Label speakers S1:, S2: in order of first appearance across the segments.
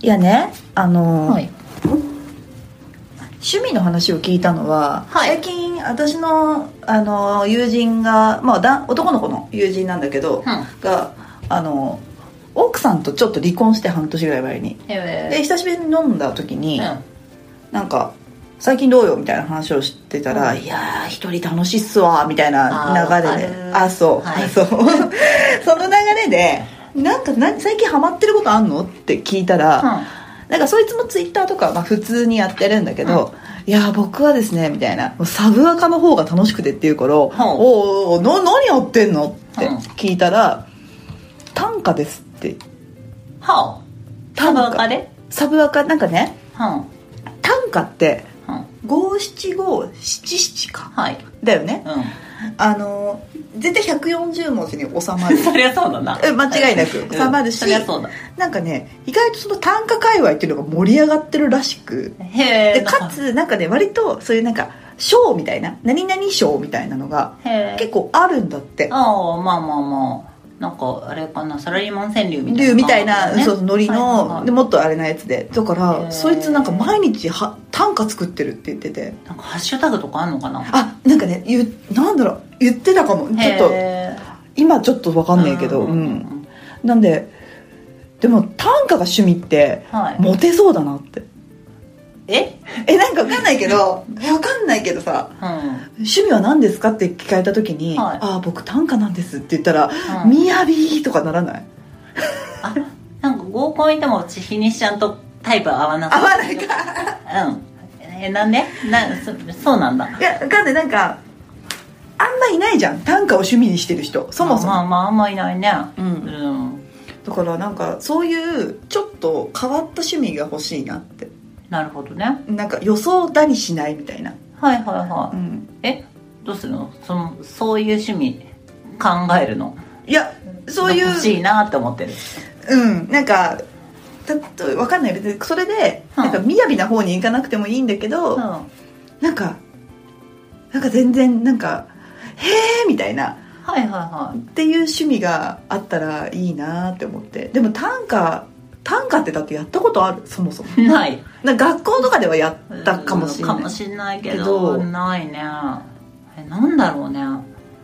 S1: いやねあの、
S2: はい
S1: 趣味の話を聞いたのは、
S2: はい
S1: 最近私のあの友人が、まあ、だ男の子の友人なんだけど、
S2: うん
S1: があの奥さんとちょっと離婚して半年ぐらい前にで
S2: え
S1: 久しぶりに飲んだ時に、
S2: ー
S1: なんか「最近どうよ」みたいな話をしてたら「
S2: うん
S1: いやー一人楽しいっすわ」みたいな
S2: あー
S1: 流れで
S2: わかる
S1: あそう、
S2: はい
S1: あそう その流れで「なんか何最近ハマってることあんの?」って聞いたら、
S2: うん
S1: なんかそいつもツイッターとかはまあ普通にやってるんだけど、いやー僕はですねみたいなもうサブアカの方が楽しくてっていうから「おうおうおうな何やってんの?」って
S2: うん
S1: 聞いたら「短歌です」って
S2: はあサブアカで
S1: サブアカなんかね
S2: うん
S1: 短歌って
S2: うん
S1: 五七五七七か
S2: はい
S1: だよね
S2: うん
S1: あのー絶対140文字に収まる
S2: そりゃそうだな
S1: え間違いなく
S2: うん
S1: 収まるし
S2: そりゃそうだ
S1: なんかね意外とその短歌界隈っていうのが盛り上がってるらしく
S2: へえ
S1: でかつなんかね割とそういうなんか賞みたいな何々賞みたいなのが
S2: へえ
S1: 結構あるんだって
S2: ああまあまあまあなんかあれかなサラリーマン川柳みたいな
S1: 竜みたいな、
S2: 感じだね
S1: そうノリ
S2: はいはいは
S1: の
S2: い
S1: でもっとあれなやつでだか
S2: へ
S1: ら
S2: ー
S1: そいつなんか毎日は短歌作ってるって言ってて
S2: なんかハッシュタグとかあんのかな
S1: あなんかね言うなんだろう言ってたかもちょっと
S2: へー
S1: 今ちょっと分かんないけど
S2: う
S1: うん
S2: うんうん
S1: んなんででも短歌が趣味って
S2: はい
S1: モテそうだなって
S2: え
S1: えなんか分かんないけど分かんないけどさ
S2: うん
S1: 趣味は何ですかって聞かれた時に「
S2: はい
S1: ああ僕短歌なんです」って言ったら「
S2: うん
S1: みやび」とかならない
S2: あなんか合コンいても千尋にしちゃんとタイプ合わな
S1: 合
S2: か
S1: わないか
S2: ったうんえなんでなそそうなんだ
S1: いやわかんないなんかあんまいないじゃん短歌を趣味にしてる人そもそも、
S2: まあまあまああんまいないね
S1: うん
S2: うん
S1: だからなんかそういうちょっと変わった趣味が欲しいなって
S2: なるほどね
S1: なんか予想だにしないみたいな、
S2: はいはいは
S1: う
S2: い
S1: ん、
S2: えどうするのそのそういう趣味考えるの
S1: いやそうい
S2: 欲し
S1: う
S2: いなって思ってる
S1: うんなんかたとわかんない別にそれで、
S2: うん
S1: なんかみやびな方に行かなくてもいいんだけど、
S2: うん
S1: なんかなんか全然なんか「へえ」みたいな
S2: はいはいは
S1: っていう趣味があったらいいなって思ってでも短歌短歌ってだってやったことあるそも そも
S2: いない
S1: なんか学校とかではやったかもしれ
S2: うんか
S1: な
S2: も
S1: い
S2: しんないけ
S1: け
S2: ど
S1: ど
S2: ないねえなんだろうね
S1: う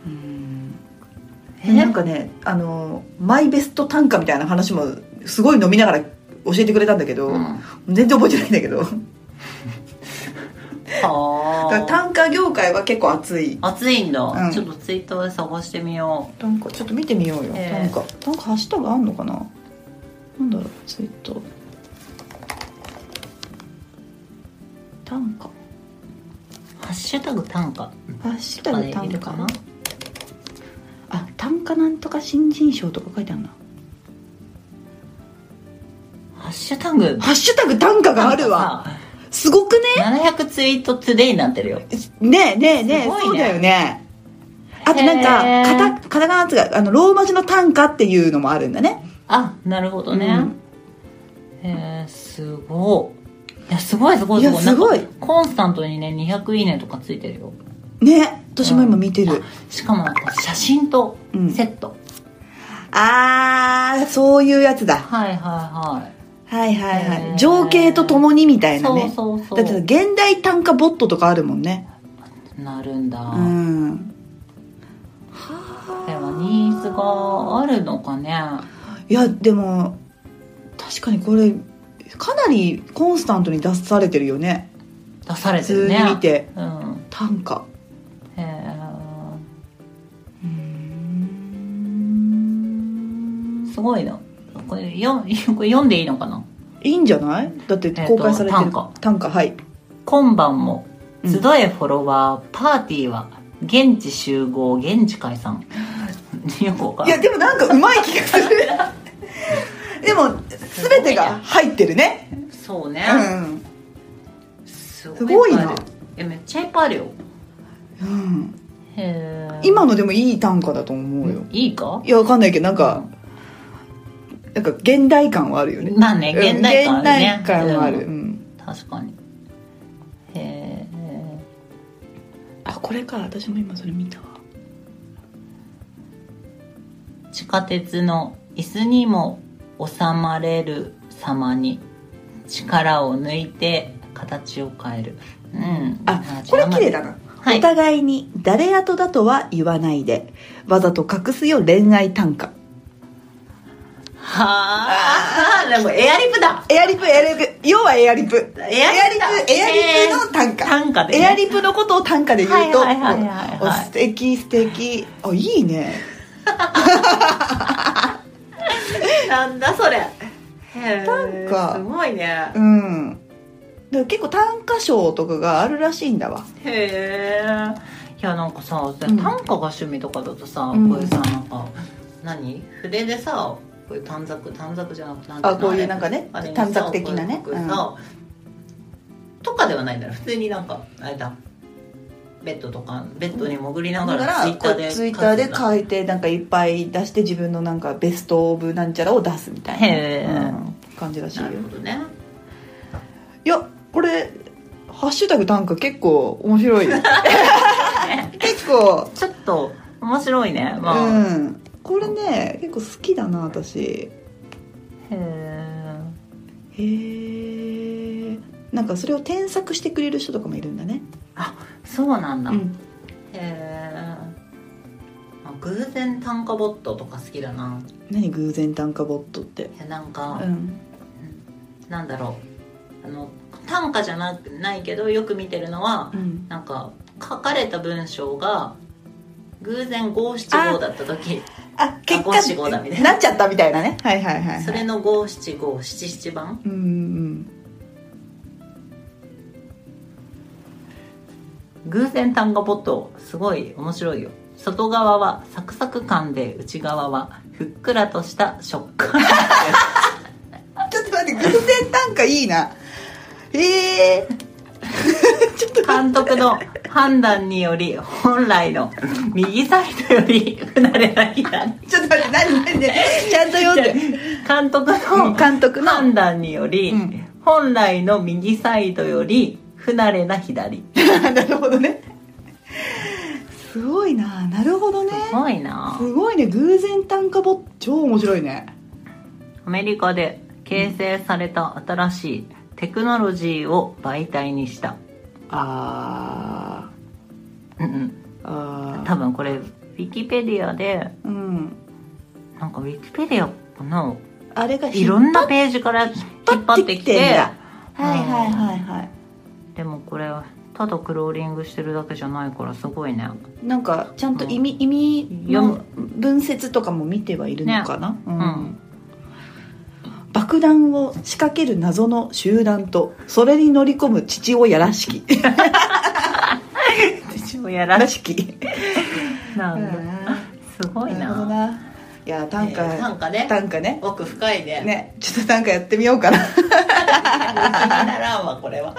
S1: ん
S2: え
S1: なんかねあのマイベスト短歌みたいな話もすごい飲みながら教えてくれたんだけど、
S2: うん
S1: 全然覚えてないんだけどだか
S2: は
S1: ら
S2: あ
S1: 短歌業界は結構熱い
S2: 暑いんだ、
S1: うん
S2: ちょっとツイッターで探してみよ
S1: 短歌ちょっと見てみようよ、
S2: え
S1: 短
S2: え
S1: 歌短歌ハッシュタグあんのかななんだろうツイッター短歌
S2: う「ハッシュタグ短歌
S1: ハッシュ」
S2: と
S1: タグ
S2: かで
S1: 短
S2: いるか
S1: 歌
S2: な
S1: あ短歌なんとか新人賞とか書いてあるな
S2: ハッシュタグ
S1: ハッシュタグ短歌があるわすごくね
S2: なんかさ700ツイートトゥデイになってるよ
S1: ねえねえねえ
S2: すごいね
S1: そうだよねあとなん
S2: へ
S1: か
S2: ー
S1: カタカタカナつうかあのローマ字の短歌っていうのもあるんだね
S2: あなるほどね、
S1: うん
S2: えー、すごいいやすごいすごい
S1: いやすごい
S2: なんかコンスタントにね200いいねとかついてるよ
S1: ね私も今見てる、
S2: しかもなんか写真とセット、
S1: あーそういうやつだ
S2: はいはいは
S1: は
S2: い
S1: いはいは
S2: へ
S1: い
S2: ー
S1: 情景とともにみたいな
S2: そう
S1: ね
S2: そうそ
S1: だ
S2: う
S1: って現代短歌ボットとかあるもんね
S2: なるんだ、
S1: うん
S2: でもニーズがあるのかね
S1: いやでも確かにこれかなりコンスタントに出されてるよね
S2: 出され
S1: 普
S2: てる
S1: 通
S2: ね
S1: に見て
S2: うん
S1: 短歌
S2: へえすごいなこれよこれ読ん でいいのかない
S1: いんじゃないだって公開されてる、
S2: えっと短歌
S1: 短歌はい
S2: 今晩も
S1: うん
S2: 集えフォロワー、パーティーは現地集合現地解散よくわか
S1: いや
S2: らない
S1: でもなんかうまい気がする でも全てが入ってるね
S2: そうね、
S1: うん
S2: す
S1: すごいな
S2: っぱあるえめっちゃいっぱいあるよ
S1: うん、
S2: へえ
S1: 今のでもいい短歌だと思うよ、
S2: いいか
S1: いやわかんないけどなんか、なんか現代感はあるよね
S2: まあね現代感あるね
S1: 現代感はある、
S2: う
S1: うん
S2: 確かにへえ
S1: あこれか私も今それ見たわ
S2: 地下鉄の椅子にも収まれる様に力を抜いて形を変えるうん
S1: あこれ綺麗だな、
S2: はい
S1: お互いに誰やとだとは言わないでわざと隠すよ恋愛短歌
S2: はあでもエアリプだ
S1: エアリプエアリプ要はエアリプエアリプ
S2: エアリプだ
S1: エアリプの短歌、
S2: 短歌でね
S1: エアリプのことを短歌で言うと、
S2: はいはいはいはいはい
S1: お素敵素敵あいいね
S2: なんだそれへえ
S1: 短歌
S2: すごいね
S1: うんでも結構短歌賞とかがあるらしいんだわ
S2: へえいやなんかさ短
S1: ん
S2: 歌が趣味とかだとさ、
S1: うん
S2: こういうさなんか何筆でさこういう短冊短冊じゃなくてなんてい
S1: あ
S2: の
S1: こうい
S2: れ
S1: うなんかね
S2: あれにさ
S1: 短冊的なね
S2: こういうさとかではないんだろ普通になんかあれだベッドとかベッドに潜りな
S1: だか
S2: が
S1: ら
S2: ツイ
S1: ら
S2: ッ
S1: こ
S2: ター
S1: う
S2: で
S1: ツイッターで
S2: 書い
S1: 書いてなんかいっぱい出して自分のなんかベスト・オブなんちゃらを出すみたいな、
S2: へえ
S1: うん感じらしい
S2: て
S1: よ
S2: なるほどね
S1: いやこれ「ハッシュタグ短歌」結構面白い 結構
S2: ちょっと面白いねまあ、へ
S1: うんこれね結構好きだな私
S2: え
S1: へえんかそれを添削してくれる人とかもいるんだね
S2: そうなんだ、
S1: う
S2: へ
S1: ん
S2: えあ偶然短歌ボットとか好きだな
S1: 何偶然短歌ボットって
S2: いやなんか、
S1: うん
S2: なんだろうあの短歌じゃなないけどよく見てるのは
S1: うん
S2: なんか書かれた文章が偶然五七五だった時
S1: あ結
S2: 五七五だみたい
S1: 果なっちゃったみたいなねはいはいはい、はい、
S2: それの五七五七七番
S1: うんうん
S2: 偶然単語ボットすごい面白いよ外側はサクサク感で内側はふっくらとした食感
S1: ちょっと待って偶然短歌いいなええ
S2: 監督の判断により本来の右サイドより不慣れな左
S1: ちょっと待って何何何ちゃんと読んで
S2: 監督
S1: う
S2: の
S1: ん監督の
S2: 判断により、
S1: うん
S2: 本来の右サイドより不慣れな左
S1: なるほどねすごいななるほどね
S2: すごいな
S1: すごいね偶然単価ボッ超面白いね
S2: アメリカで形成された新しいテクノロジーを媒体にした、
S1: あ
S2: うん
S1: ーあ
S2: うん、
S1: ー
S2: 多分これウィキペディアで
S1: うん
S2: なんかウィキペディアかな
S1: あれが
S2: いろんなページから引っ張ってきて
S1: んだ
S2: うん
S1: はいはいはいは
S2: でもこれはただクローリングしてるだけじゃないからすごいね
S1: いなんかちゃんと意味、意味の文節とかも見てはいるのかな、うん
S2: うん
S1: 爆弾を仕掛ける謎の集団とそれに乗り込む父親らしき
S2: 父親ら
S1: ら
S2: し
S1: しき
S2: いなんだ すごい
S1: なるほど
S2: な
S1: ないや短歌、
S2: えー短歌ね
S1: 短歌ね
S2: 奥深い ね
S1: ねちょっと短歌やってみようかな
S2: 気にならんわこれは